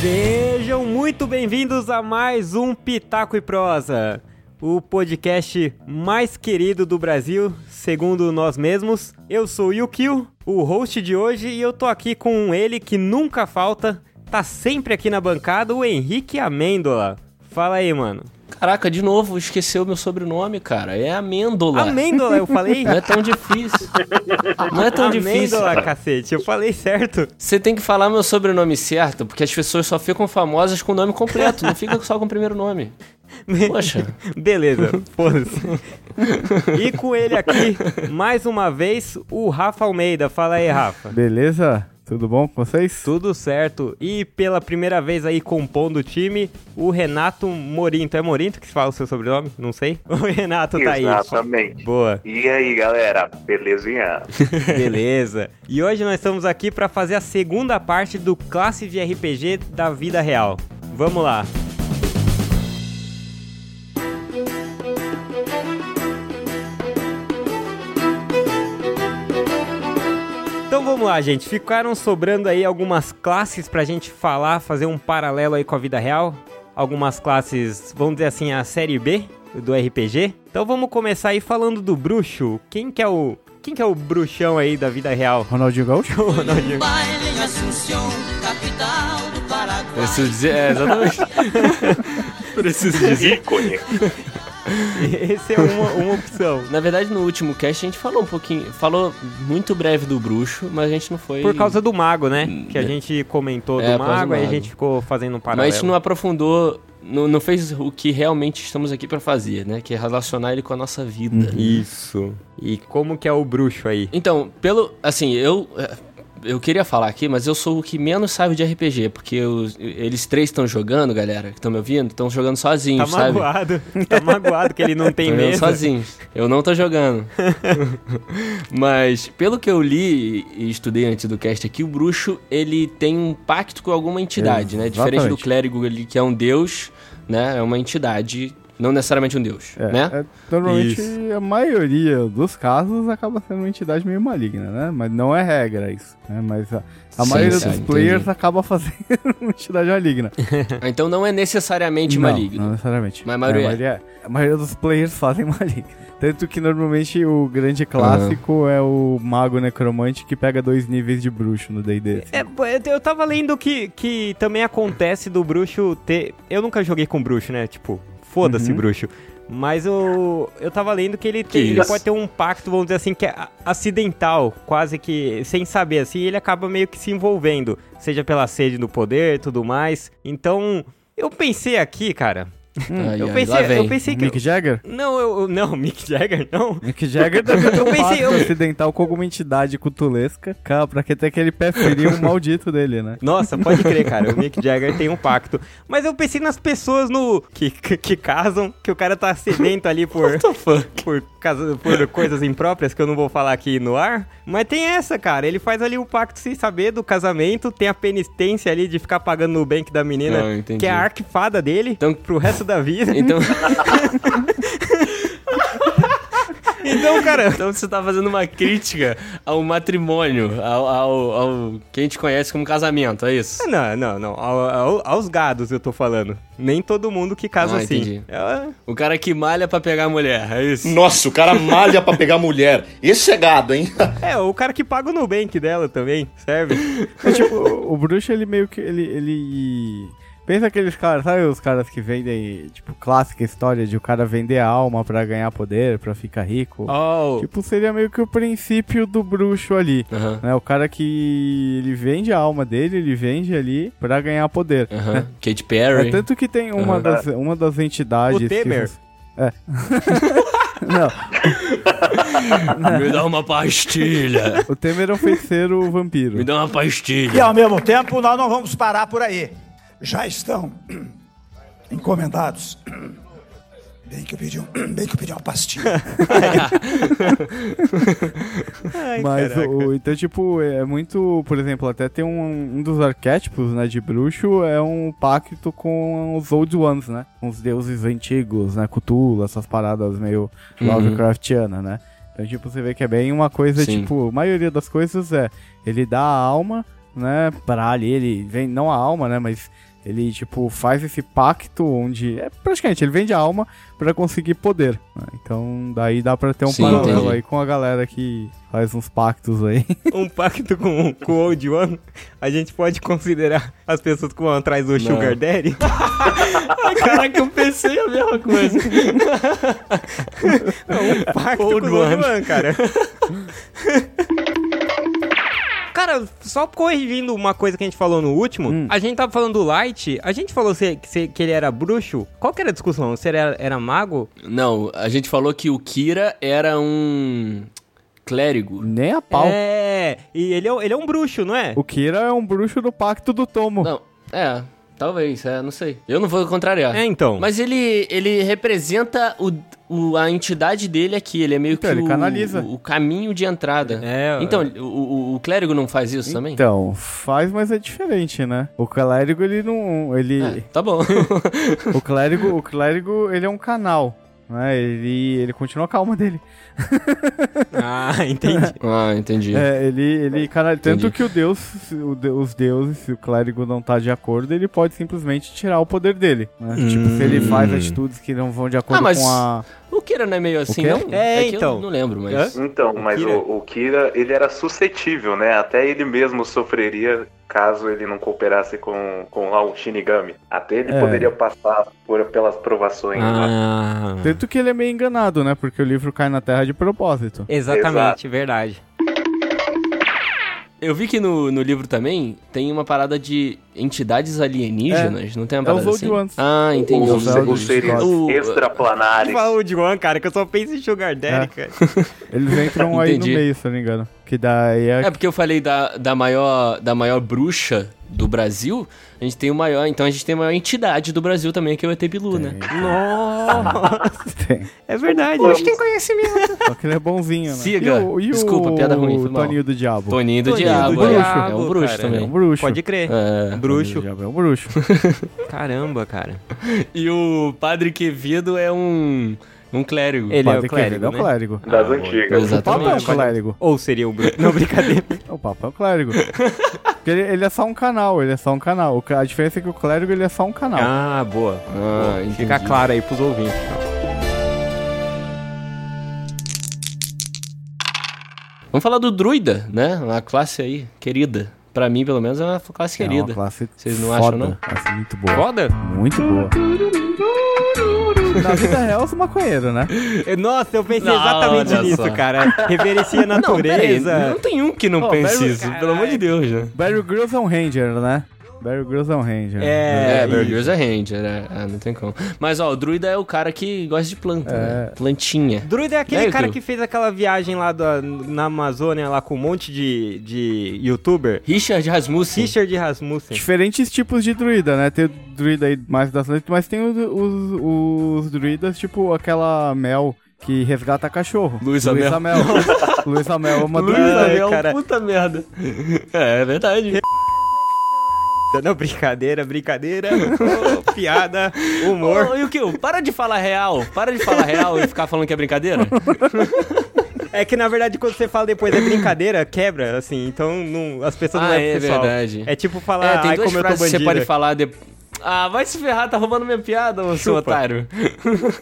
Sejam muito bem-vindos a mais um Pitaco e Prosa, o podcast mais querido do Brasil, segundo nós mesmos. Eu sou o Yukio, o host de hoje, e eu tô aqui com ele que nunca falta, tá sempre aqui na bancada, o Henrique Amêndola. Fala aí, mano. Caraca, de novo, esqueceu meu sobrenome, cara. É Amêndola. Amêndola, eu falei? Não é tão difícil. Não é tão difícil. Amêndola, cacete, eu falei certo. Você tem que falar meu sobrenome certo, porque as pessoas só ficam famosas com o nome completo, não fica só com o primeiro nome. Poxa. Beleza, foda-se. E com ele aqui, mais uma vez, o Rafa Almeida. Fala aí, Rafa. Beleza? Tudo bom com vocês? Tudo certo. E pela primeira vez aí compondo o time, o Renato Morinto. É Morinto que se fala o seu sobrenome? Não sei. O Renato tá aí. Exatamente. Boa. E aí, galera, belezinha? Beleza. E hoje nós estamos aqui para fazer a segunda parte do classe de RPG da vida real. Vamos lá. Então vamos lá, gente. Ficaram sobrando aí algumas classes pra gente falar, fazer um paralelo aí com a vida real. Algumas classes, vamos dizer assim, a série B do RPG. Então vamos começar aí falando do bruxo. Quem que é o quem que é o bruxão aí da vida real? Ronaldinho Gaúcho? O Ronaldinho. baile em Assunção, capital do Paraguai. Preciso dizer, é, exatamente. Preciso dizer. Ícone. Esse é uma, uma opção. Na verdade, no último cast a gente falou um pouquinho, falou muito breve do bruxo, mas a gente não foi Por causa do mago, né? Que a gente comentou do É, por causa do mago, aí a mago. gente ficou fazendo um paralelo. Mas a gente não é- aprofundou, não, não fez o que realmente estamos aqui pra fazer, né? Que é relacionar ele com a nossa vida. Isso. E como que é o bruxo aí? Então, pelo. Assim, eu. eh, Eu queria falar aqui, mas eu sou o que menos sabe de RPG, porque os- eles três estão jogando, galera, que estão me ouvindo, estão jogando Tá sozinhos, sabe? magoado. Tá magoado que ele não tem Tão jogando medo. sozinhos. Eu não tô jogando. mas, pelo que eu li e estudei antes do cast aqui, o bruxo, ele tem um pacto com alguma entidade, né? Diferente do Exatamente. clérigo ali, que é um deus, né? É uma entidade, não necessariamente um deus, É, né? é, normalmente Isso. a maioria dos casos acaba sendo uma entidade meio maligna, né? Mas não é regra isso. Né? Mas a, a Sim, maioria sim, dos entendi. players acaba fazendo uma entidade maligna. Então não é necessariamente não, maligno. Não necessariamente. Mas a maioria é. A maioria dos players fazem maligno. Tanto que normalmente o grande clássico é o mago necromante que pega dois níveis de bruxo no DD. assim. É, pô, eu eu tava lendo que, que também acontece do bruxo ter. Eu nunca joguei com bruxo, né? Tipo, foda-se, bruxo. Mas eu, eu tava lendo que ele, tem- Uhum. Que ele isso. pode ter um pacto, vamos dizer assim, que é a- acidental, quase que sem saber, assim, ele acaba meio que se envolvendo, seja pela sede do poder e tudo mais. Então, eu pensei aqui, cara. Hum. Ai, eu, ai, lá pensei, eu vem. pensei que. Mick Jagger? Não, eu. eu- Não, Mick Jagger, não. Mick Jagger deve ter Eu um pensei, pacto eu- acidental com alguma entidade cutulesca, cara, pra que ter aquele pé frio maldito dele, né? Nossa, pode crer, cara. O Mick Jagger tem um pacto. Mas eu pensei nas pessoas no que, que, que casam, que o cara tá sedento ali por, por, casa- por coisas impróprias que eu não vou falar aqui no ar. Mas tem essa, cara. Ele faz ali o pacto sem saber do casamento, tem a penitência ali de ficar pagando no bank da menina, Ah, entendi. que é a arquifada dele, Então- pro resto da vida. Então. Então, cara, Então você tá fazendo uma crítica ao matrimônio, ao, ao, ao que a gente conhece como casamento, é isso? Não, não, não. Ao- ao- aos gados eu tô falando. Nem todo mundo que casa Ah, assim. entendi. É, O cara que malha pra pegar a mulher, é isso? Nossa, o cara malha pra pegar mulher. Esse é gado, hein? é, o cara que paga o Nubank dela também, serve? É tipo, o o bruxo, ele meio que. Ele, ele. Pensa aqueles caras, sabe os caras que vendem, tipo, clássica história de o cara vender a alma pra ganhar poder, pra ficar rico? Oh, Tipo, seria meio que o princípio do bruxo ali. Aham. Né? O cara que ele vende a alma dele, ele vende ali pra ganhar poder. Aham. Kate Perry. É tanto que tem uma, Aham. das, uma das entidades. O Temer. Que... É. Não, "Ah, Me dá uma pastilha. o Temer é um feiticeiro vampiro. Me dá uma pastilha. E ao mesmo tempo, nós não vamos parar por aí. Já estão encomendados. Bem que eu pedi, um, bem que eu pedi uma pastilha. Mas o, então, tipo, é muito. Por exemplo, até tem um, um dos arquétipos, né, de bruxo, é um pacto com os Old Ones, né? Com os deuses antigos, né? Cthulhu, essas paradas meio Lovecraftiana, né? Então, tipo, você vê que é bem uma coisa, Sim. tipo, a maioria das coisas é ele dá a alma, né? Pra ali, ele vem, não a alma, né? Mas Ele, tipo, faz esse pacto onde. É, praticamente, ele vende a alma pra conseguir poder. né? Então, daí dá pra ter um Sim, paralelo entendi. aí com a galera que faz uns pactos aí. Um pacto com, com o Old One, a gente pode considerar as pessoas que vão atrás do Sugar Daddy? Caraca, eu pensei a mesma coisa. Um pacto Old com o Old One. One, cara. Cara, só corrigindo uma coisa que a gente falou no último, Hum. a gente tava falando do Light, a gente falou se- que, se- que ele era bruxo. Qual que era a discussão? Se ele era, era mago? Não, a gente falou que o Kira era um clérigo. Nem a pau. É, e ele é, um- ele é um bruxo, não é? O Kira é um bruxo do pacto do Tomo. Não, é, talvez, é, não sei. Eu não vou contrariar. É, então. Mas ele, ele representa o, o- a entidade dele aqui, ele é meio Então, que ele o, canaliza. o caminho de entrada. É, então, o, o- o clérigo não faz isso também? Então, faz, mas é diferente, né? O clérigo, ele não. Ele. É, tá bom. O clérigo, o clérigo, ele é um canal. Né? Ele, ele continua a calma dele. Ah, entendi. ah, entendi. É, ele, ele canal... Tanto Entendi. que o deus, se o de- os deuses, se o clérigo não tá de acordo, ele pode simplesmente tirar o poder dele. né? Tipo, se ele faz atitudes que não vão de Hum. acordo Ah, mas- com a. O Kira não é meio assim, quê? não? É, que então. Eu não lembro, mas... Hã? Então, mas Kira. o, o Kira, ele era suscetível, né? Até ele mesmo sofreria caso ele não cooperasse com, com lá o Shinigami. Até ele É. poderia passar por, pelas provações né? lá. Ah, Tanto que ele é meio enganado, né? Porque o livro cai na terra de propósito. exatamente, verdade. Eu vi que no, no livro também tem uma parada de entidades alienígenas, não tem uma É os parada Old assim? Ones. Ah, entendi. Os, Os os, Eldritch seres Gods. Ele extraplanares. fala Old One, cara, que eu só penso em Sugar Daddy, É. cara. Eles entram aí no Entendi. meio, se eu não me engano. Que daí é. É porque eu falei da, da, maior, da maior bruxa do Brasil, a gente tem o maior, então a gente tem a maior entidade do Brasil também, que é o ET Bilu, né? Nossa, Tem. é verdade. Acho que Só que ele é bonzinho, né? Siga. E o, e o Desculpa, piada ruim, foi mal. Toninho do Diabo. Toninho do Toninho Diabo, do é. Diabo, é um bruxo cara, É também. um bruxo. Pode crer. É. Bruxo. Toninho do Diabo é um bruxo. Caramba, cara. E o Padre Quevedo é um, um clérigo. Ele é o Padre Quevedo clérigo, É um né? clérigo. das antigas. O Papa é um Exatamente. clérigo. Ou seria o Bruno? Não, brincadeira. O Papa é um clérigo. Porque ele, ele é só um canal, ele é só um canal. O ca- A diferença é que o clérigo ele é só um canal. Ah, boa. Ah, entendi. Fica claro aí pros ouvintes. Vamos falar do druida, né? Uma classe aí, querida. Pra mim, pelo menos, é uma classe É querida. uma classe Vocês não foda. acham, não? Classe muito boa. Foda? Muito boa. Na vida real, eu sou maconheiro, né? Eu- Nossa, eu pensei Não, exatamente olha nisso, só. cara. Reverencia a Não, peraí, natureza. não tem um que não Ó, pense Barry- isso, pelo amor de Deus, né? Barry Grylls é um ranger, né? Barry Grylls é um ranger. É, É, é isso. Burgers é Ranger, é, é, não tem como. Mas ó, o druida é o cara que gosta de planta, né? Plantinha. Druida é aquele É, cara Edu? que fez aquela viagem lá da- na Amazônia, lá com um monte de, de youtuber. Richard Rasmussen. Richard Rasmussen. Diferentes tipos de druida, né? Tem o druida aí mais das noites, mas tem os, os, os druidas, tipo aquela Mel que resgata cachorro. Luísa Luísa Mel. Luísa Mel é uma druida. Luísa Ai, Mel, cara. puta merda. É, é verdade. Não, brincadeira, brincadeira. Ô, piada, humor. Ô, e o que? Para de falar real. Para de falar real e ficar falando que é brincadeira. É que na verdade quando você fala depois é brincadeira, quebra, assim. Então não- as pessoas não Ah, levam pro é pessoal. verdade. É tipo é, falar, tem ai, duas como eu tô frases que bandido. você pode falar depois. Ah, vai se ferrar, tá roubando minha piada, ô seu Chupa. otário.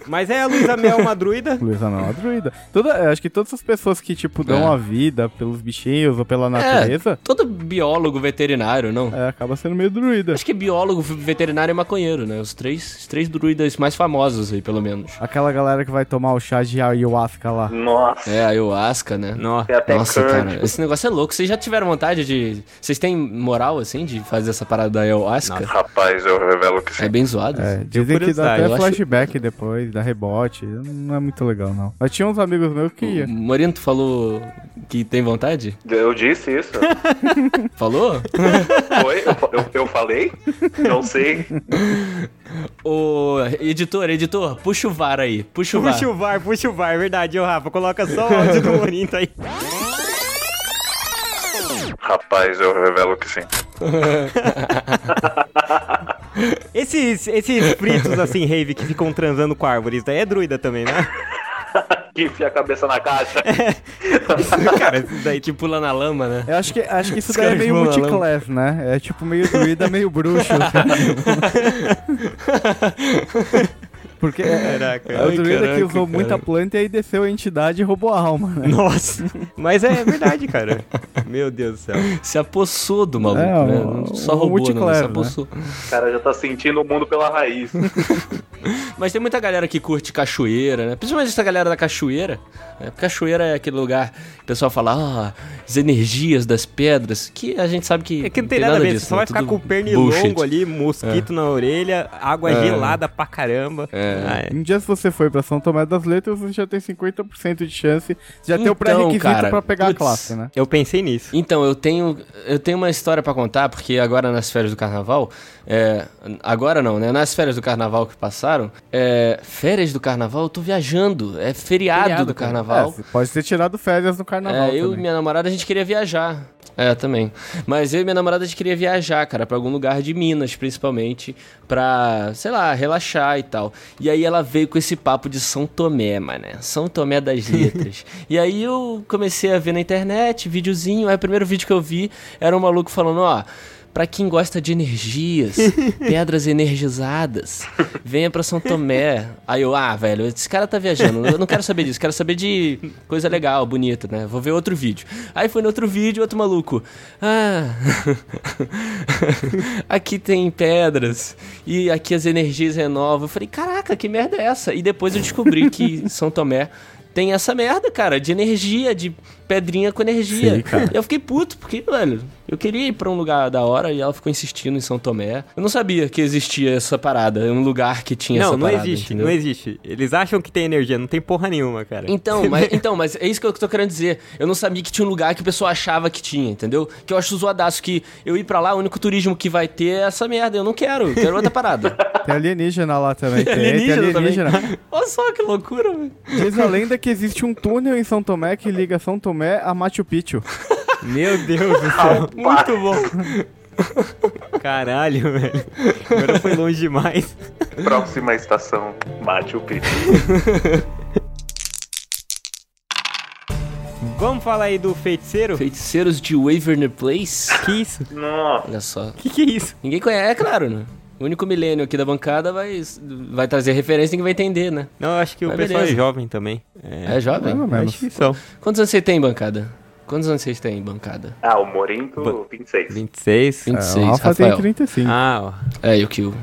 Mas é a Luísa Mel, uma druida. Luísa Mel é uma druida. Toda, acho que todas as pessoas que, tipo, dão É. a vida pelos bichinhos ou pela É, natureza, todo biólogo veterinário, não? é, acaba sendo meio druida. Acho que biólogo, veterinário e maconheiro, né? Os três, os três druidas mais famosos aí, pelo menos. Aquela galera que vai tomar o chá de ayahuasca lá. Nossa, É, ayahuasca, né? Nossa. é até Nossa, cara, cântico. esse negócio é louco. Vocês já tiveram vontade de. Vocês têm moral, assim, de fazer essa parada da ayahuasca? Rapaz, eu revelo que sim. É bem zoado. É, assim. dizem que dá curiosidade, até eu acho- flashback depois, dá rebote. Não é muito legal, não. Mas tinha uns amigos meus que O ia. Morinto falou que tem vontade? Eu disse isso. Falou? Foi? Eu, fa- eu, eu falei? Não sei. Ô, editor, editor, puxa o VAR aí. Puxa o VAR. Puxa o VAR, puxa o VAR, é verdade, ô Rafa. Coloca só o áudio do Morinto aí. Rapaz, eu revelo que sim. Esses, esses fritos, assim, rave, que ficam transando com árvores, daí é druida também, né? que enfia a cabeça na caixa. Cara, isso daí que pula na lama, né? Eu acho que, acho que isso Os daí é caras meio vão lá, lá. multiclass, né? É tipo meio druida, meio bruxo. Porque Caraca. é o Ai, druida que caraca, usou cara. muita planta e aí desceu a entidade e roubou a alma, né? Nossa. Mas é verdade, cara. Meu Deus do céu. Se apossou do maluco, É, né? um- Não só um roubou, não, multiclero, se né? apossou. O cara já tá sentindo o mundo pela raiz. Mas tem muita galera que curte cachoeira, né? Principalmente essa galera da cachoeira. né? Porque Cachoeira é aquele lugar que o pessoal fala, ah, as energias das pedras, que a gente sabe que. É que não tem nada a ver, disso, você só né? vai ficar Tudo com pernilongo bullshit. ali, mosquito na orelha, água gelada pra caramba. Ah, é. Um dia se você foi pra São Tomé das Letras, você já tem 50% de chance, já tem o Então, pré-requisito cara, pra pegar a putz. classe, né? Eu pensei nisso. Então, eu tenho, eu tenho uma história pra contar, porque agora nas férias do carnaval. é, agora não, né? Nas férias do carnaval que passaram. é, férias do carnaval, eu tô viajando. É feriado, Feriado, do cara. É, carnaval. você pode ter tirado férias no carnaval. É, eu e também. minha namorada, a gente queria viajar. É, também. Mas eu e minha namorada, a gente queria viajar, cara, pra algum lugar de Minas, principalmente, pra, sei lá, relaxar e tal. E aí ela veio com esse papo de São Tomé, mano. São Tomé das Letras. e aí eu comecei a ver na internet, videozinho. Aí o primeiro vídeo que eu vi era um maluco falando, ó... Pra quem gosta de energias, pedras energizadas, venha pra São Tomé. Aí eu, ah, velho, esse cara tá viajando. Eu não quero saber disso, quero saber de coisa legal, bonita, né? Vou ver outro vídeo. Aí foi no outro vídeo, outro maluco. Ah, aqui tem pedras e aqui as energias renovam. Eu falei, caraca, que merda é essa? E depois eu descobri que em São Tomé. Tem essa merda, cara, de energia, de pedrinha com energia. Sim, cara. Eu fiquei puto, porque, velho, eu queria ir pra um lugar da hora e ela ficou insistindo em São Tomé. Eu não sabia que existia essa parada, um lugar que tinha Não, essa não parada. existe, entendeu? não existe. Eles acham que tem energia, não tem porra nenhuma, cara. Então mas, então, mas é isso que eu tô querendo dizer. Eu não sabia que tinha um lugar que o pessoal achava que tinha, entendeu? Que eu acho zoadaço que eu ir pra lá, o único turismo que vai ter é essa merda. Eu não quero, eu quero outra parada. Tem alienígena lá também. Tem, tem Alienígena também. alienígena. Olha só que loucura, velho. Diz a lenda que existe um túnel em São Tomé que liga São Tomé a Machu Picchu. Meu Deus do céu. Muito bom. Caralho, velho. Agora foi longe demais. Próxima estação, Machu Picchu. Vamos falar aí do feiticeiro? Feiticeiros de Waverner Place? Que isso? Nossa, Olha só. Que que é isso? Ninguém conhece, é claro, né? O único milênio aqui da bancada vai, vai trazer referência e ninguém vai entender, né? Não, eu acho que o Mas pessoal beleza. é jovem também. É, É jovem? ou acho que são. Quantos anos você tem, bancada? Quantos anos vocês têm, bancada? ah, o Morinto 26. 26. 26, é, o Rafa Rafael. tem 35. Ah, ó. É, eu que eu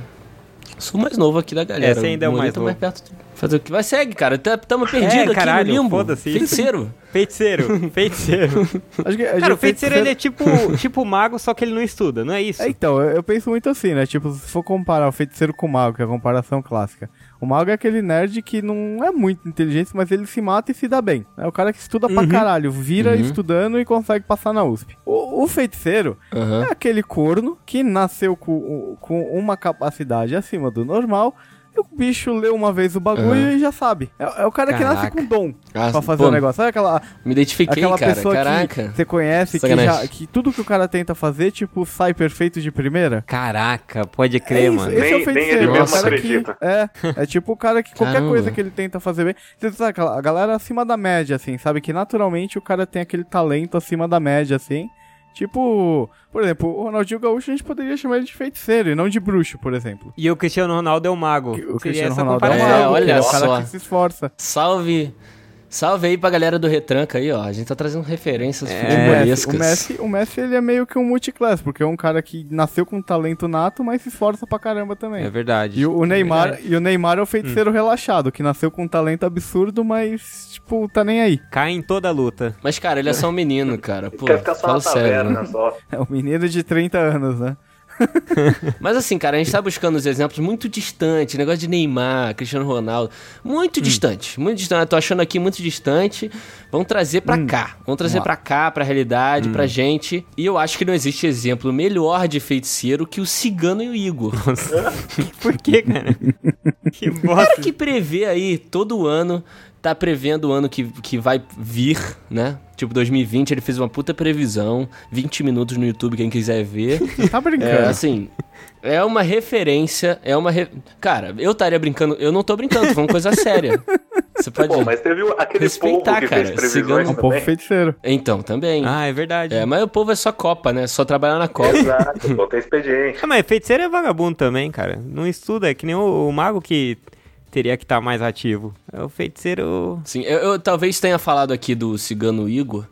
sou o mais novo aqui da galera. É, você ainda é o Moreira mais tá novo. É, mais perto. de- Fazer o que vai, segue, cara. Tá- Tamo perdido caralho, aqui no limbo. foda-se. Feiticeiro. Feiticeiro, feiticeiro. Acho que- acho que Cara, o feiticeiro ele é tipo, tipo mago, só que ele não estuda, não é isso? É, Então, eu eu penso muito assim, né? Tipo, se for comparar o feiticeiro com o mago, que é a comparação clássica. O mago é aquele nerd que não é muito inteligente, mas ele se mata e se dá bem. É o cara que estuda Uhum. pra caralho, vira estudando e consegue passar na USP. O, o feiticeiro Aham. é aquele corno que nasceu com, com uma capacidade acima do normal. E o bicho leu uma vez o bagulho e já sabe. É, é o cara que nasce Caraca. com dom Ah, pra fazer pô, o negócio. Sabe aquela, Me identifiquei, aquela cara. pessoa Caraca. que você conhece, que, Sacanagem. já- que tudo que o cara tenta fazer, tipo, sai perfeito de primeira? Caraca, pode É crer, isso, mano. Esse é o Nem- feiticeiro. nem ele é o mesmo cara que- acredita. é, é tipo o cara que qualquer Caramba. coisa que ele tenta fazer bem. Você sabe, aquela- a galera acima da média, assim, sabe? Que naturalmente o cara tem aquele talento acima da média, assim. Tipo, por exemplo, o Ronaldinho Gaúcho a gente poderia chamar ele de feiticeiro e não de bruxo, por exemplo. E o Cristiano Ronaldo é o mago. O Seria Cristiano essa Ronaldo é um comparação. mago. É, mago, olha é o só. cara que se esforça. Salve. Salve aí pra galera do Retranca aí, ó. A gente tá trazendo referências É. o, futebolescas. Messi, o, Messi, o Messi, ele é meio que um multiclass, porque é um cara que nasceu com talento nato, mas se esforça pra caramba também. É verdade. E o, o Neymar, verdade. e o Neymar é o feiticeiro relaxado, que nasceu com um talento absurdo, mas, tipo, tá nem aí. Cai em toda a luta. Mas, cara, ele é só um menino, cara. Pô, Quer ficar só fala na sério. né? taverna, só. É um menino de 30 anos, né? Mas assim, cara, a gente tá buscando os exemplos muito distantes, negócio de Neymar, Cristiano Ronaldo, muito distante, muito distante. Eu tô achando aqui muito distante. Vamos trazer pra cá, vamos trazer Vamos pra cá, pra realidade, pra gente. E eu acho que não existe exemplo melhor de feiticeiro que o Cigano e o Igor. Por que, cara? que cara bosta. que prevê aí todo ano, tá prevendo o ano que, que vai vir, né? Tipo 2020, ele fez uma puta previsão, 20 minutos no YouTube quem quiser ver. Você tá É, brincando. assim, é uma referência, é uma... re- Cara, eu estaria brincando, eu não tô brincando, tô falando coisa séria. Você pode. Pô, mas teve o- aquele Respeitar, povo que cara. fez previsões Cigano- Um povo também. feiticeiro. Então, também. Ah, é verdade. É, mas o povo é só Copa, né? Só trabalhar na Copa. É. Exato, pô, tem expediente. Ah, mas feiticeiro é vagabundo também, cara. Não estuda, é que nem o, o mago que teria que estar mais ativo. É o feiticeiro. Sim, Assim, eu, eu talvez tenha falado aqui do cigano Igor.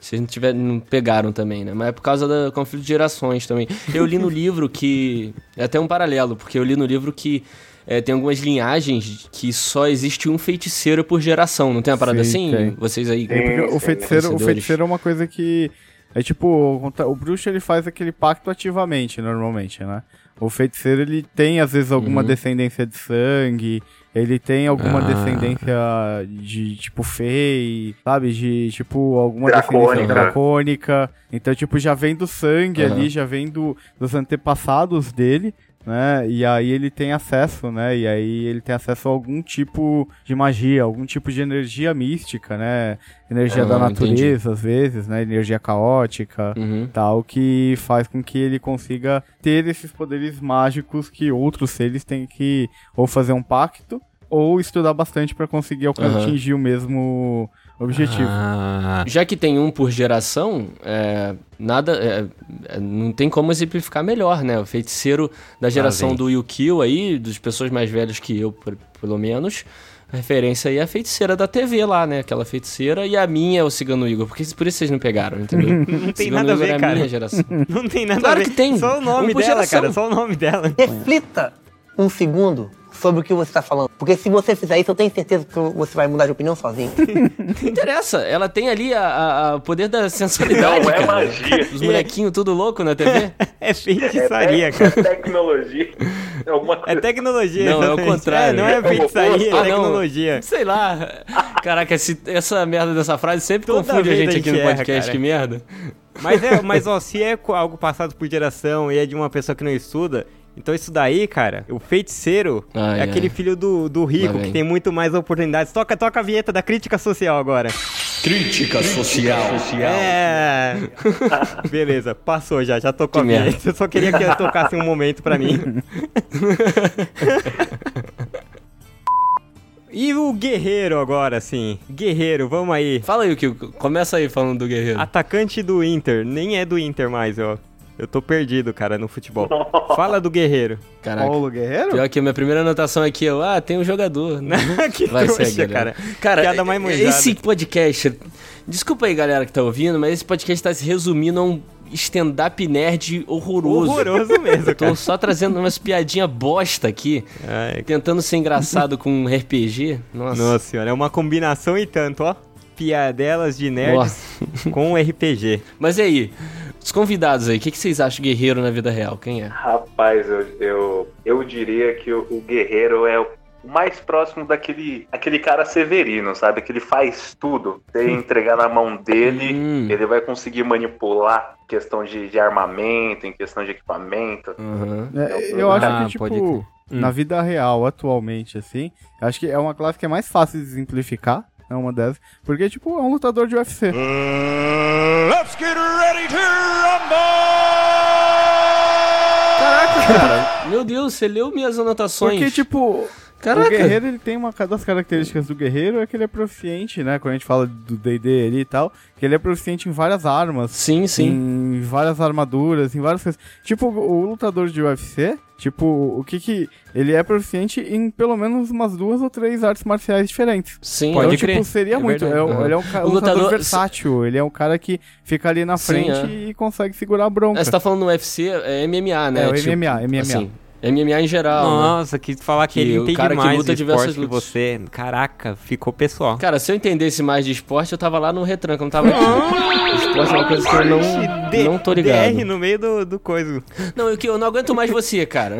Vocês não, tiver, não pegaram também, né? Mas é por causa do conflito de gerações também. Eu li no livro que. É até um paralelo, porque eu li no livro que é, tem algumas linhagens que só existe um feiticeiro por geração. Não tem uma parada Sim, assim? tem. Vocês aí. Tem. É, Porque sim, o feiticeiro, o vencedores. feiticeiro é uma coisa que. É tipo, o contra- o bruxo ele faz aquele pacto ativamente, normalmente, né? O feiticeiro ele tem, às vezes, alguma Uhum. descendência de sangue, ele tem alguma Ah. descendência de tipo fei, sabe? De tipo, alguma Dracônica. descendência dracônica. Então, tipo, já vem do sangue Aham. ali, já vem do, dos antepassados dele. Né? E aí ele tem acesso, né? E aí ele tem acesso a algum tipo de magia, algum tipo de energia mística, né? Energia Ah, da entendi. natureza, às vezes, né? Energia caótica, Uhum. tal, que faz com que ele consiga ter esses poderes mágicos que outros seres têm que ou fazer um pacto ou estudar bastante pra conseguir alcan- Aham. atingir o mesmo objetivo. Ah, Já que tem um por geração, é, nada, é, é, não tem como exemplificar melhor, né? O feiticeiro da geração vem. do Yukio aí, das pessoas mais velhas que eu, por- pelo menos, a referência aí é a feiticeira da TV lá, né? Aquela feiticeira e a minha é o Cigano Igor, porque por isso vocês não pegaram, entendeu? não tem Cigano nada a Igor é ver, cara. minha geração. Não tem nada Claro a ver. que tem. Só o nome Um por dela, geração. cara. Só o nome dela. Reflita um segundo sobre o que você está falando. Porque se você fizer isso, eu tenho certeza que você vai mudar de opinião sozinho. Não interessa, ela tem ali a- a- a- o poder da sensualidade, Não é cara. magia. Os molequinhos tudo louco na TV? É É feitiçaria, tec- cara. tecnologia. É Alguma É coisa. tecnologia, Não, é o exatamente. contrário. É, não é feitiçaria, Ah, é não. tecnologia. Sei lá. Caraca, esse- essa merda dessa frase sempre Toda confunde a vez gente a aqui gente no erra, podcast, cara. que merda. Mas, é, mas ó, se é co- algo passado por geração e é de uma pessoa que não estuda, então isso daí, cara, o feiticeiro Ai, é ai. aquele filho do, do rico Lá que vem. tem muito mais oportunidades. Toca, toca a vinheta da crítica social agora. Crítica social. É. Beleza, passou já, já tocou Que a merda. vinheta. Eu só queria que eu tocasse um momento pra mim. e o guerreiro agora, sim. Guerreiro, vamos aí. Fala aí, que Começa aí falando do Guerreiro. Ah, Atacante do Inter, nem é do Inter mais, ó. Eu tô perdido, cara, no futebol. Fala do Guerreiro. Caraca. Paulo Guerreiro? Pior que a minha primeira anotação aqui é, ah, tem um jogador. que Vai né? trouxa, ser, cara. cara. Cara, é, Piada mais manjada. esse podcast... Desculpa aí, galera que tá ouvindo, mas esse podcast tá se resumindo a um stand-up nerd horroroso. Horroroso mesmo, Eu cara. tô só trazendo umas piadinha bosta aqui, Ai, tentando ser engraçado com um RPG. Nossa. nossa senhora, é uma combinação e tanto, ó. Piadelas de nerds Nossa. com RPG. Mas e aí, os convidados aí, o que, que vocês acham de guerreiro na vida real? Quem é? Rapaz, eu, eu, eu diria que o, o guerreiro é o mais próximo daquele aquele cara severino, sabe? Que ele faz tudo. Você entregar na mão dele, Hum. ele vai conseguir manipular em questão de, de armamento, em questão de equipamento. Aham. É, eu acho Ah, que, tipo, pode crer. Hum. na vida real, atualmente, assim, acho que é uma classe que é mais fácil de simplificar, é uma dessas, porque, tipo, é um lutador de UFC. Caraca, cara. Meu Deus, você leu minhas anotações. Porque, tipo, Caraca. o guerreiro, ele tem uma ca- das características do guerreiro, é que ele é proficiente, né, quando a gente fala do D&D ali e tal, que ele é proficiente em várias armas, Sim, sim. em várias armaduras, em várias coisas. Tipo, o o lutador de UFC, tipo, o que que... Ele é proficiente em pelo menos umas duas ou três artes marciais diferentes. Sim, Pode eu- então, crer. tipo, seria É muito. verdade. é um- Uhum. Ele é um, ca- O um lutador, lutador- versátil. Ele é um cara que fica ali na Sim, frente é. e consegue segurar a bronca. Ah, Você tá falando no UFC, é MMA, né? é, o Tipo, MMA, MMA. assim, MMA em geral, né? Nossa, quis falar que, Que ele o entende cara que mais luta de diversas esporte que lutas. você. Caraca, ficou pessoal. Cara, se eu entendesse mais de esporte, eu tava lá no retranco, eu não tava aqui. esporte é uma coisa que eu De- não, não tô ligado. DR no meio do, do coisa. Não, eu, que- eu não aguento mais você, cara.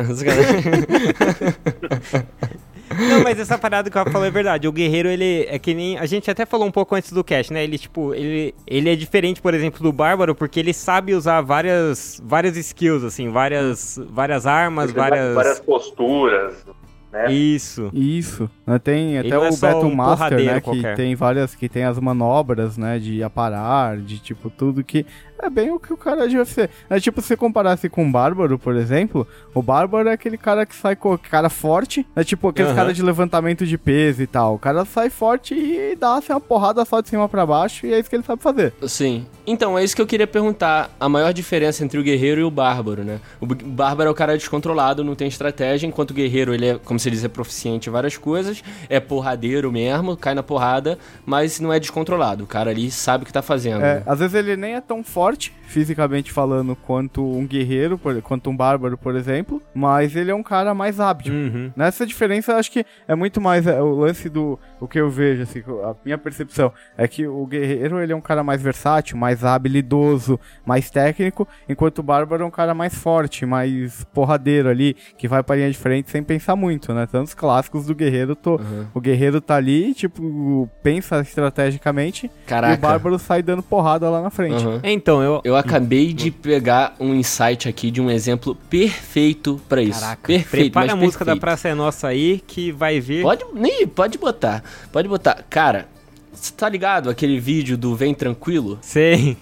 Não, mas essa parada que eu falou é verdade. O guerreiro, ele é que nem. A gente até falou um pouco antes do cast, né? Ele, tipo, ele, ele é diferente, por exemplo, do bárbaro, porque ele sabe usar várias, várias skills, assim, várias, várias armas, várias. várias posturas, né? Isso. Isso. né, Tem até não é o só Battle um Master, porradeiro né? qualquer. Que tem várias. Que tem as manobras, né? De aparar, de tipo, tudo que. É bem o que o cara de UFC. É tipo, se comparasse com o Bárbaro, por exemplo, o Bárbaro é aquele cara que sai com cara forte, né? Tipo, aqueles Aham. cara de levantamento de peso e tal. O cara sai forte e dá assim, uma porrada só de cima pra baixo e é isso que ele sabe fazer. Sim. Então, é isso que eu queria perguntar. A maior diferença entre o guerreiro e o bárbaro, né? O b- bárbaro é o cara descontrolado, não tem estratégia, enquanto o guerreiro, ele é, como se diz, é proficiente em várias coisas, é porradeiro mesmo, cai na porrada, mas não é descontrolado. O cara ali sabe o que tá fazendo. É, né? às vezes ele nem é tão forte, fisicamente falando, quanto um guerreiro, por- quanto um bárbaro, por exemplo, mas ele é um cara mais hábil. Hum. Uhum. Nessa diferença, eu acho que é muito mais é, o lance do. O que eu vejo, assim, a minha percepção é que o guerreiro ele é um cara mais versátil, mais habilidoso, mais técnico, enquanto o bárbaro é um cara mais forte, mais porradeiro ali, que vai pra linha de frente sem pensar muito, né? Tantos clássicos do guerreiro, tô, o guerreiro tá ali, tipo, pensa estrategicamente, Caraca. Uhum. e o bárbaro é sai dando porrada lá na frente. Aham. Então, eu. Eu acabei de Uhum. pegar um insight aqui de um exemplo perfeito pra isso. perfeito, prepara mas a música da perfeito. Praça é Nossa aí, que vai vir. Pode, nem, pode botar. Pode botar. Cara, você tá ligado aquele vídeo do Vem Tranquilo? Sei.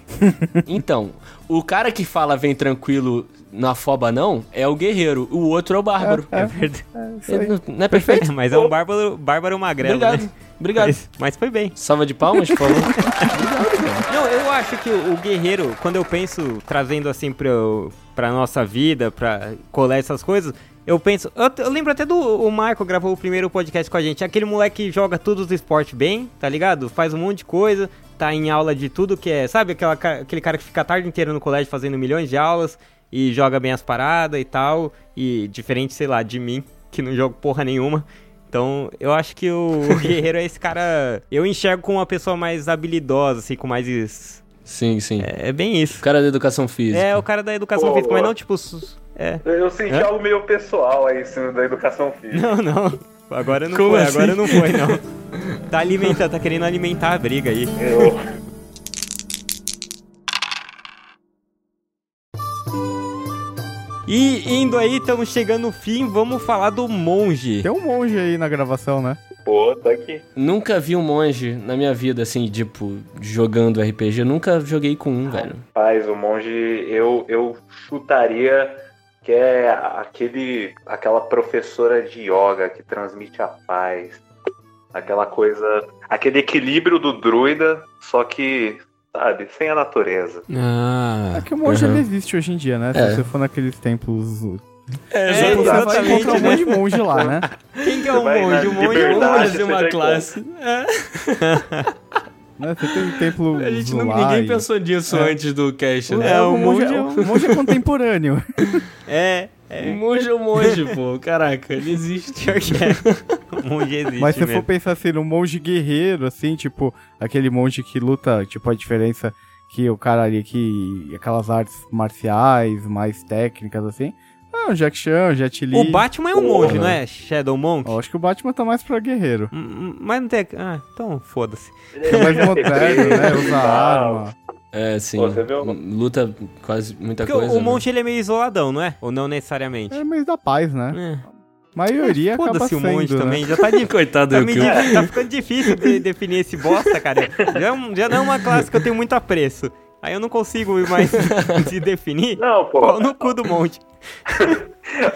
Então, o cara que fala Vem Tranquilo na foba não é o guerreiro, o outro é o bárbaro. É verdade. Ele não, não é perfeito? Mas é um bárbaro, bárbaro magrelo, Obrigado, né? obrigado. Mas, mas foi bem. Salva de palmas, por favor. Não, eu acho que o guerreiro, quando eu penso, trazendo assim pra, eu- pra nossa vida, pra colar essas coisas, eu penso. Eu, eu lembro até do o Marco gravou o primeiro podcast com a gente. Aquele moleque que joga todos os esportes bem, tá ligado? Faz um monte de coisa, tá em aula de tudo que é. Sabe aquela, ca- aquele cara que fica a tarde inteira no colégio fazendo milhões de aulas e joga bem as paradas e tal. E diferente, sei lá, de mim, que não jogo porra nenhuma. Então, eu acho que o o Guerreiro é esse cara. Eu enxergo como uma pessoa mais habilidosa, assim, com mais. is- Sim, sim. É bem O isso. cara da educação física. É o cara da educação Boa, física, mas boa. não tipo. sus- É. Eu senti Hã? algo meio pessoal aí, assim, da educação física. Não, não. Agora não Como foi, assim? agora não foi, não. Tá alimentando, tá querendo alimentar a briga aí. Eu- E indo aí, estamos chegando no fim, vamos falar do monge. Então, Tem um monge aí na gravação, né? Pô, tá aqui. Nunca vi um monge na minha vida, assim, tipo, jogando RPG. Nunca joguei com um, velho. Faz o monge, eu, eu chutaria que é aquele, aquela professora de yoga que transmite a paz. Aquela coisa. Aquele equilíbrio do druida, só que, sabe, sem a natureza. É Ah. que o monge Aham. ele existe hoje em dia, né? Se Uhum. É. você for naqueles templos. É, você vai exatamente, encontrar um né? monte de monge lá, né? Quem que é o Vai na monge? O monge é o liberdade, monge. você já Né, Você tem um templo. A gente não, lá ninguém e- pensou nisso antes do cast, né? É, o o monge, é- monge- o monge é contemporâneo. É, O monge é o monge, pô. Caraca, ele existe. pior que é. O monge existe Mas se mesmo. for pensar assim, num monge guerreiro, assim, tipo, aquele monge que luta, tipo, a diferença que o cara ali que. aquelas artes marciais mais técnicas, assim. Ah, o Jack Chan, o Jet Li. O Batman é um monge, não é? Shadow Monk? Eu acho que o Batman tá mais pra guerreiro. M- m- Mas não tem. Ah, então foda-se. Tá mais moderno, né? Não. Usa arma. É, sim. Pô, você viu? Luta quase muita Porque coisa. o né? monge ele é meio isoladão, não é? Ou não necessariamente? É meio da paz, né? É. A maioria acaba Foda-se sendo, o monge né? também, já tá de. Coitado Tá, do me Kill. di- tá ficando difícil de definir esse bosta, cara. Já, é um- já não é uma classe que eu tenho muito apreço. Aí eu não consigo ir mais de definir. Não, pô. Pau no cu do monte.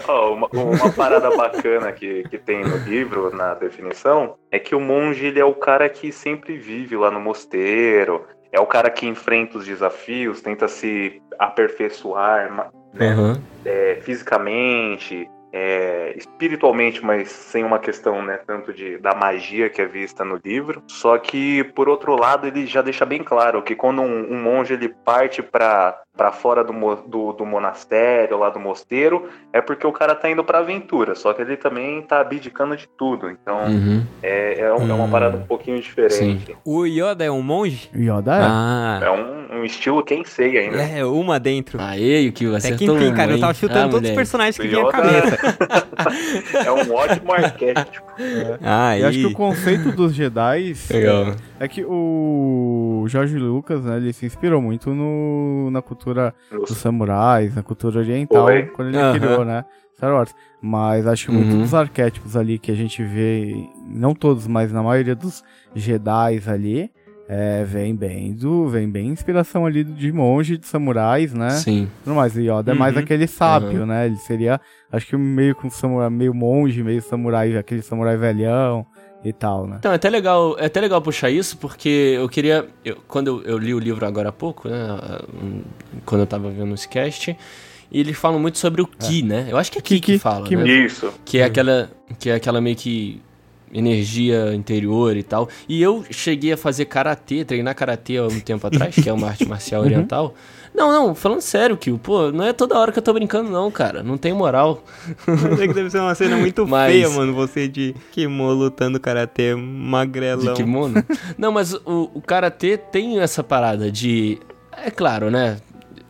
Ó, uma, uma parada bacana que, que tem no livro, na definição, é que o monge ele é o cara que sempre vive lá no mosteiro, é o cara que enfrenta os desafios, tenta se aperfeiçoar ma- né, Aham. é, fisicamente, é, espiritualmente, mas sem uma questão né, tanto de, da magia que é vista no livro. Só que, por outro lado, ele já deixa bem claro que quando um, um monge ele parte para fora do, mo- do, do monastério, lá do mosteiro, é porque o cara tá indo pra aventura, só que ele também tá abdicando de tudo. Então, Uhum. é, é, um- é uma Hum. parada um pouquinho diferente. O Yoda é um monge? Yoda é. Ah. É um, um estilo quem sei ainda. É, uma dentro. Aê, o Kill Até que acertou enfim, uma, cara, eu hein? tava chutando Ah, todos os moleque. personagens que vinha a Yoda- cabeça. É um ótimo é. arquétipo. Ah, Eu acho que o conceito dos Jedi Legal. é que o o Jorge Lucas, né, ele se inspirou muito no, na cultura dos samurais, na cultura oriental, Oi. quando ele Aham. criou, né, Star Wars. Mas acho que Uhum. muitos dos arquétipos ali que a gente vê, não todos, mas na maioria dos Jedi's ali, é, vem bem do, vem bem inspiração ali de monge, de samurais, né? Sim. Tudo mais. E Yoda é mais Uhum. aquele sábio, né? Ele seria, acho que meio com samurai, meio monge, meio samurai, aquele samurai velhão e tal, né? Então, é até legal, é até legal puxar isso, porque eu queria. eu- quando eu, eu li o livro agora há pouco, né? um, Quando eu tava vendo esse cast, e eles falam muito sobre o Ki, né? Eu acho que é Ki que, Ki, fala, Ki né? Isso. Que é aquela. Que é aquela meio que. Energia interior e tal. E eu cheguei a fazer karatê, treinar karatê há um tempo atrás, que é uma arte Uhum. marcial oriental. Não, não, falando sério, Kio, pô, não é toda hora que eu tô brincando, não, cara. Não tem moral. Mas é que deve ser uma cena muito Mas- feia, mano. Você de Kimo lutando karatê, magrelão. De kimono? Não, mas o, o karatê tem essa parada de. É claro, né?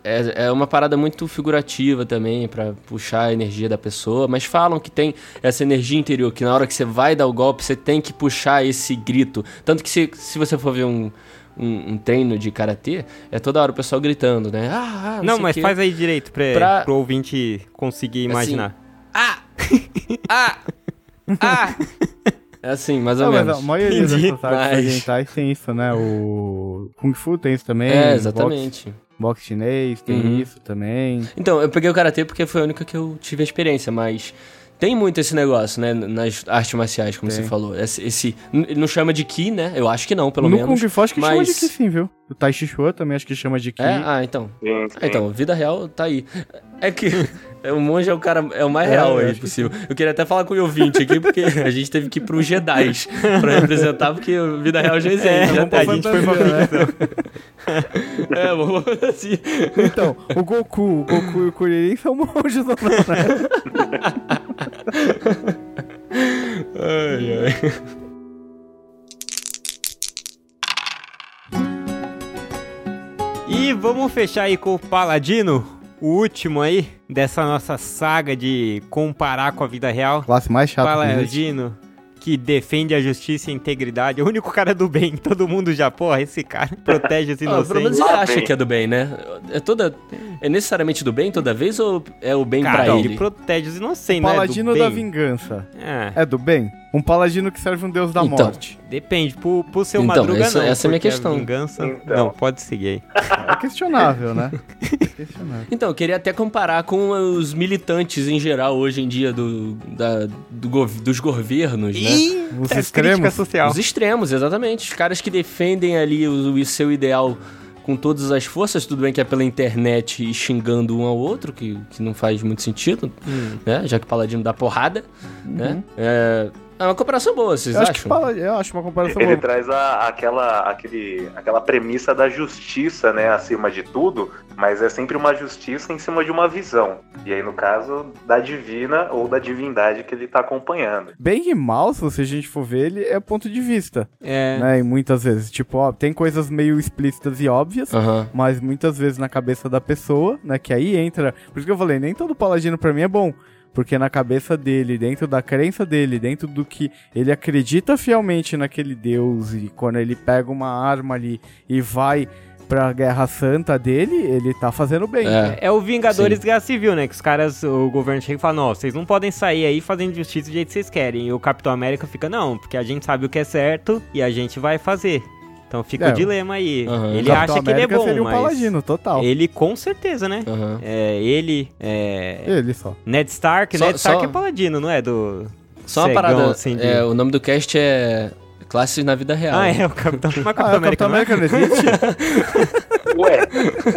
É, é uma parada muito figurativa também, pra puxar a energia da pessoa. Mas falam que tem essa energia interior, que na hora que você vai dar o golpe, você tem que puxar esse grito. Tanto que se, se você for ver um, um, um treino de karatê, é toda hora o pessoal gritando, né? Ah, ah, Não, sei o mas quê. faz aí direito pra, Pra- Assim, pro ouvinte conseguir imaginar. Ah! Ah! Ah! É assim, mais ou Não, Ah, mas menos. a maioria Entendi, das artes mas- orientais tem isso, né? O Kung Fu tem isso também. É, boxe- exatamente. Boxe, chinês tem Uhum. isso também. Então, eu peguei o karatê porque foi a única que eu tive a experiência, mas tem muito esse negócio, né? Nas artes marciais, como Tem. você falou. Esse, esse- n- ele não chama de ki, né? Eu acho que não, pelo no menos. Kung Fu acho que chama mas- de Ki sim, viu? O Tai Chi Chuan também acho que chama de Ki. É. É? Ah, então. Sim, sim. Ah, então, vida real tá aí. É que é, o monge é o cara é o mais real eu aí acho que possível. Eu queria até falar com o ouvinte aqui, porque a gente teve que ir pro Jedi pra representar, porque vida real já existe. É, já tá a tem. gente foi pra Fantasia, né? É, vamos assim. Então, o Goku, o Goku e o Kuririn são monges ou não, né? Ai, ai. E vamos fechar aí com o Paladino, o último aí dessa nossa saga de comparar com a vida real. Classe mais chata. que existe. Paladino, que defende a justiça e a integridade, é o único cara do bem, todo mundo já, porra, esse cara protege os Ah, pelo menos inocentes. ele Lá acha vem. que é do bem, né? É toda. É necessariamente do bem toda vez ou é o bem Cara, pra ele ele? protege os é inocentes, né? Paladino do da bem. vingança. É, É do bem? Um paladino que serve um deus da Então. morte. depende, pro, pro seu Então, Madruga essa- não. essa é a minha porque questão. vingança- Então. Não, pode seguir aí. É questionável, né? É questionável. Então, eu queria até comparar com os militantes em geral hoje em dia do, da- do gov- dos governos, né? Eita, Os crítica extremos. social. Os extremos, exatamente. Os caras que defendem ali o, o seu ideal com todas as forças, tudo bem que é pela internet e xingando um ao outro, que, que não faz muito sentido, Hum. né? Já que o Paladino dá porrada, Uhum. né? É, é uma comparação boa, vocês Eu acho, que acham? pala- eu acho uma comparação Ele boa. traz a- aquela, aquele, aquela premissa da justiça, né, acima de tudo, mas é sempre uma justiça em cima de uma visão. E aí, no caso, da divina ou da divindade que ele tá acompanhando. Bem e mal, se você- a gente for ver, ele é ponto de vista, É. né? E muitas vezes, tipo, ó, tem coisas meio explícitas e óbvias, Aham. mas muitas vezes na cabeça da pessoa, né? Que aí entra. Por isso que eu falei, nem todo paladino pra mim é bom. Porque na cabeça dele, dentro da crença dele, dentro do que ele acredita fielmente naquele Deus, e quando ele pega uma arma ali e vai pra guerra santa dele, ele tá fazendo bem. É. É o Vingadores Guerra Civil, né? Que os caras, o governo chega e fala: não, vocês não podem sair aí fazendo justiça do jeito que vocês querem. E o Capitão América fica: não, porque a gente sabe o que é certo e a gente vai fazer. Então fica É. o dilema aí. Aham. Ele O Capitão acha que ele é América bom, seria um mas paladino, total. ele com certeza, né? aham. É, ele, é... Ele só. Ned Stark, Só- Ned Stark só- é paladino, não é? Do... Só uma Cegão, parada. assim, de- é, o nome do cast é Classes na Vida Real. Ah, é, o Capitão, mas o Capitão Ah, o América Capitão não é? América não existe? Ué,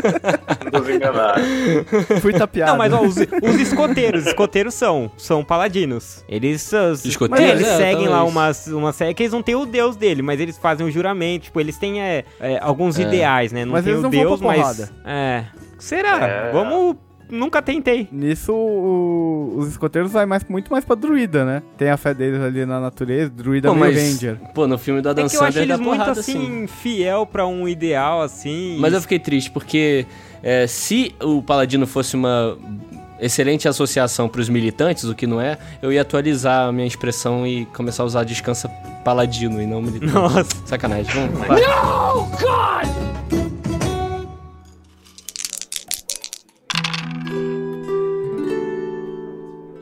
nos enganaram. Fui tapeado. Não, mas ó, os, os escoteiros, os escoteiros são, são paladinos. Eles, os- Escoteiros? eles É, seguem talvez. lá umas, uma série que eles não têm o deus dele, mas eles fazem um juramento, tipo, eles têm é, é, alguns ideais, né? Não Mas tem eles o não vão deus, pra mas... porrada. É, será? É. Vamos... Nunca tentei. Nisso, o- os escoteiros vai mais, muito mais pra druida, né? Tem a fé deles ali na natureza, druida Pô, meio mas, ranger. pô, no filme do Adam é que eu acho Sandler dá eles muito, porrada assim. assim, fiel pra um ideal, assim. Mas eu fiquei triste, porque é, se o Paladino fosse uma excelente associação para os militantes, o que não é, eu ia atualizar a minha expressão e começar a usar descansa paladino e não militante. Nossa. Sacanagem. Vamos, vai.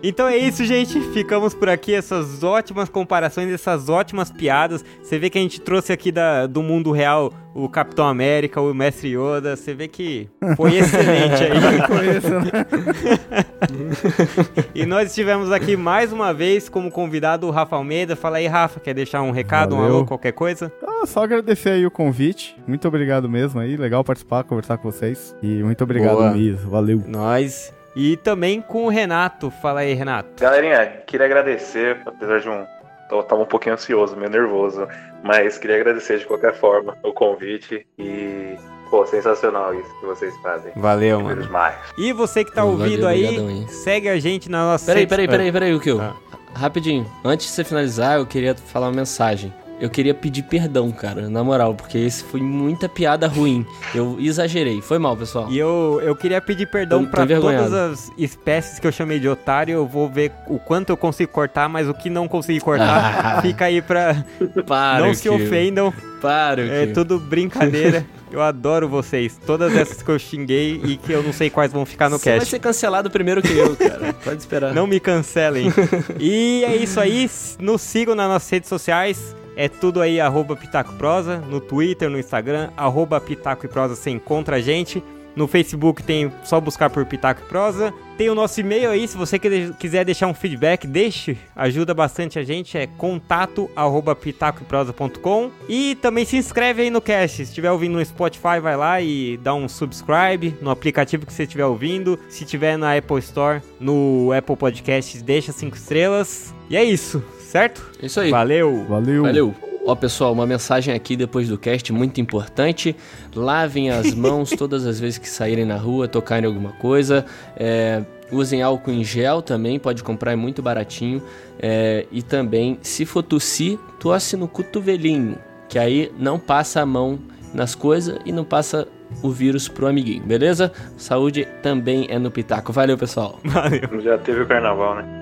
Então é isso, gente. Ficamos por aqui. Essas ótimas comparações, essas ótimas piadas. Você vê que a gente trouxe aqui da, do mundo real o Capitão América, o Mestre Yoda. Você vê que foi excelente aí. né? E nós estivemos aqui mais uma vez como convidado o Rafa Almeida. Fala aí, Rafa. Quer deixar um recado, um Valeu. alô, qualquer coisa? Ah, só agradecer aí o convite. Muito obrigado mesmo aí. Legal participar, conversar com vocês. E muito obrigado Boa. mesmo. Valeu. Nós. E também com o Renato. Fala aí, Renato. Galerinha, queria agradecer, apesar de um. Eu tava um pouquinho ansioso, meio nervoso. Mas queria agradecer de qualquer forma o convite e. Pô, sensacional isso que vocês fazem. Valeu, Menos mais. E você que tá Valeu, ouvindo aí, obrigadão aí. segue a gente na nossa Peraí, rede- peraí, peraí, peraí, o que Ah. Rapidinho, antes de você finalizar, eu queria falar uma mensagem. Eu queria pedir perdão, cara, na moral, porque esse foi muita piada ruim. Eu exagerei. Foi mal, pessoal. E eu, eu queria pedir perdão Tô- tô pra envergonhado. todas as espécies que eu chamei de otário. Eu vou ver o quanto eu consigo cortar, mas o que não consegui cortar Ah. fica aí pra Para, não se Kio. ofendam. Para, É Kio. tudo brincadeira. Eu adoro vocês. Todas essas que eu xinguei e que eu não sei quais vão ficar no Você vai cast. ser cancelado primeiro que eu, cara. Pode esperar. Não me cancelem. e é isso aí. S- Nos sigam nas nossas redes sociais. É tudo aí, arroba Pitaco Prosa. No Twitter, no Instagram, arroba Pitaco e Prosa, você encontra a gente. No Facebook tem só buscar por Pitaco e Prosa. Tem o nosso e-mail aí, se você que- quiser deixar um feedback, deixe. Ajuda bastante a gente, é contato arroba pitacoeprosa.com. E também se inscreve aí no cast. Se estiver ouvindo no Spotify, vai lá e dá um subscribe no aplicativo que você estiver ouvindo. Se tiver na Apple Store, no Apple Podcasts, deixa cinco estrelas. E é isso, certo? É Isso aí. Valeu! Valeu. Valeu. Ó, pessoal, uma mensagem aqui depois do cast muito importante. Lavem as mãos todas as vezes que saírem na rua, tocarem alguma coisa. É, usem álcool em gel também, pode comprar, é muito baratinho. É, e também, se for tossir, tosse no cotovelinho, que aí não passa a mão nas coisas e não passa o vírus pro amiguinho, beleza? Saúde também é no Pitaco. Valeu, pessoal. Já teve o carnaval, né?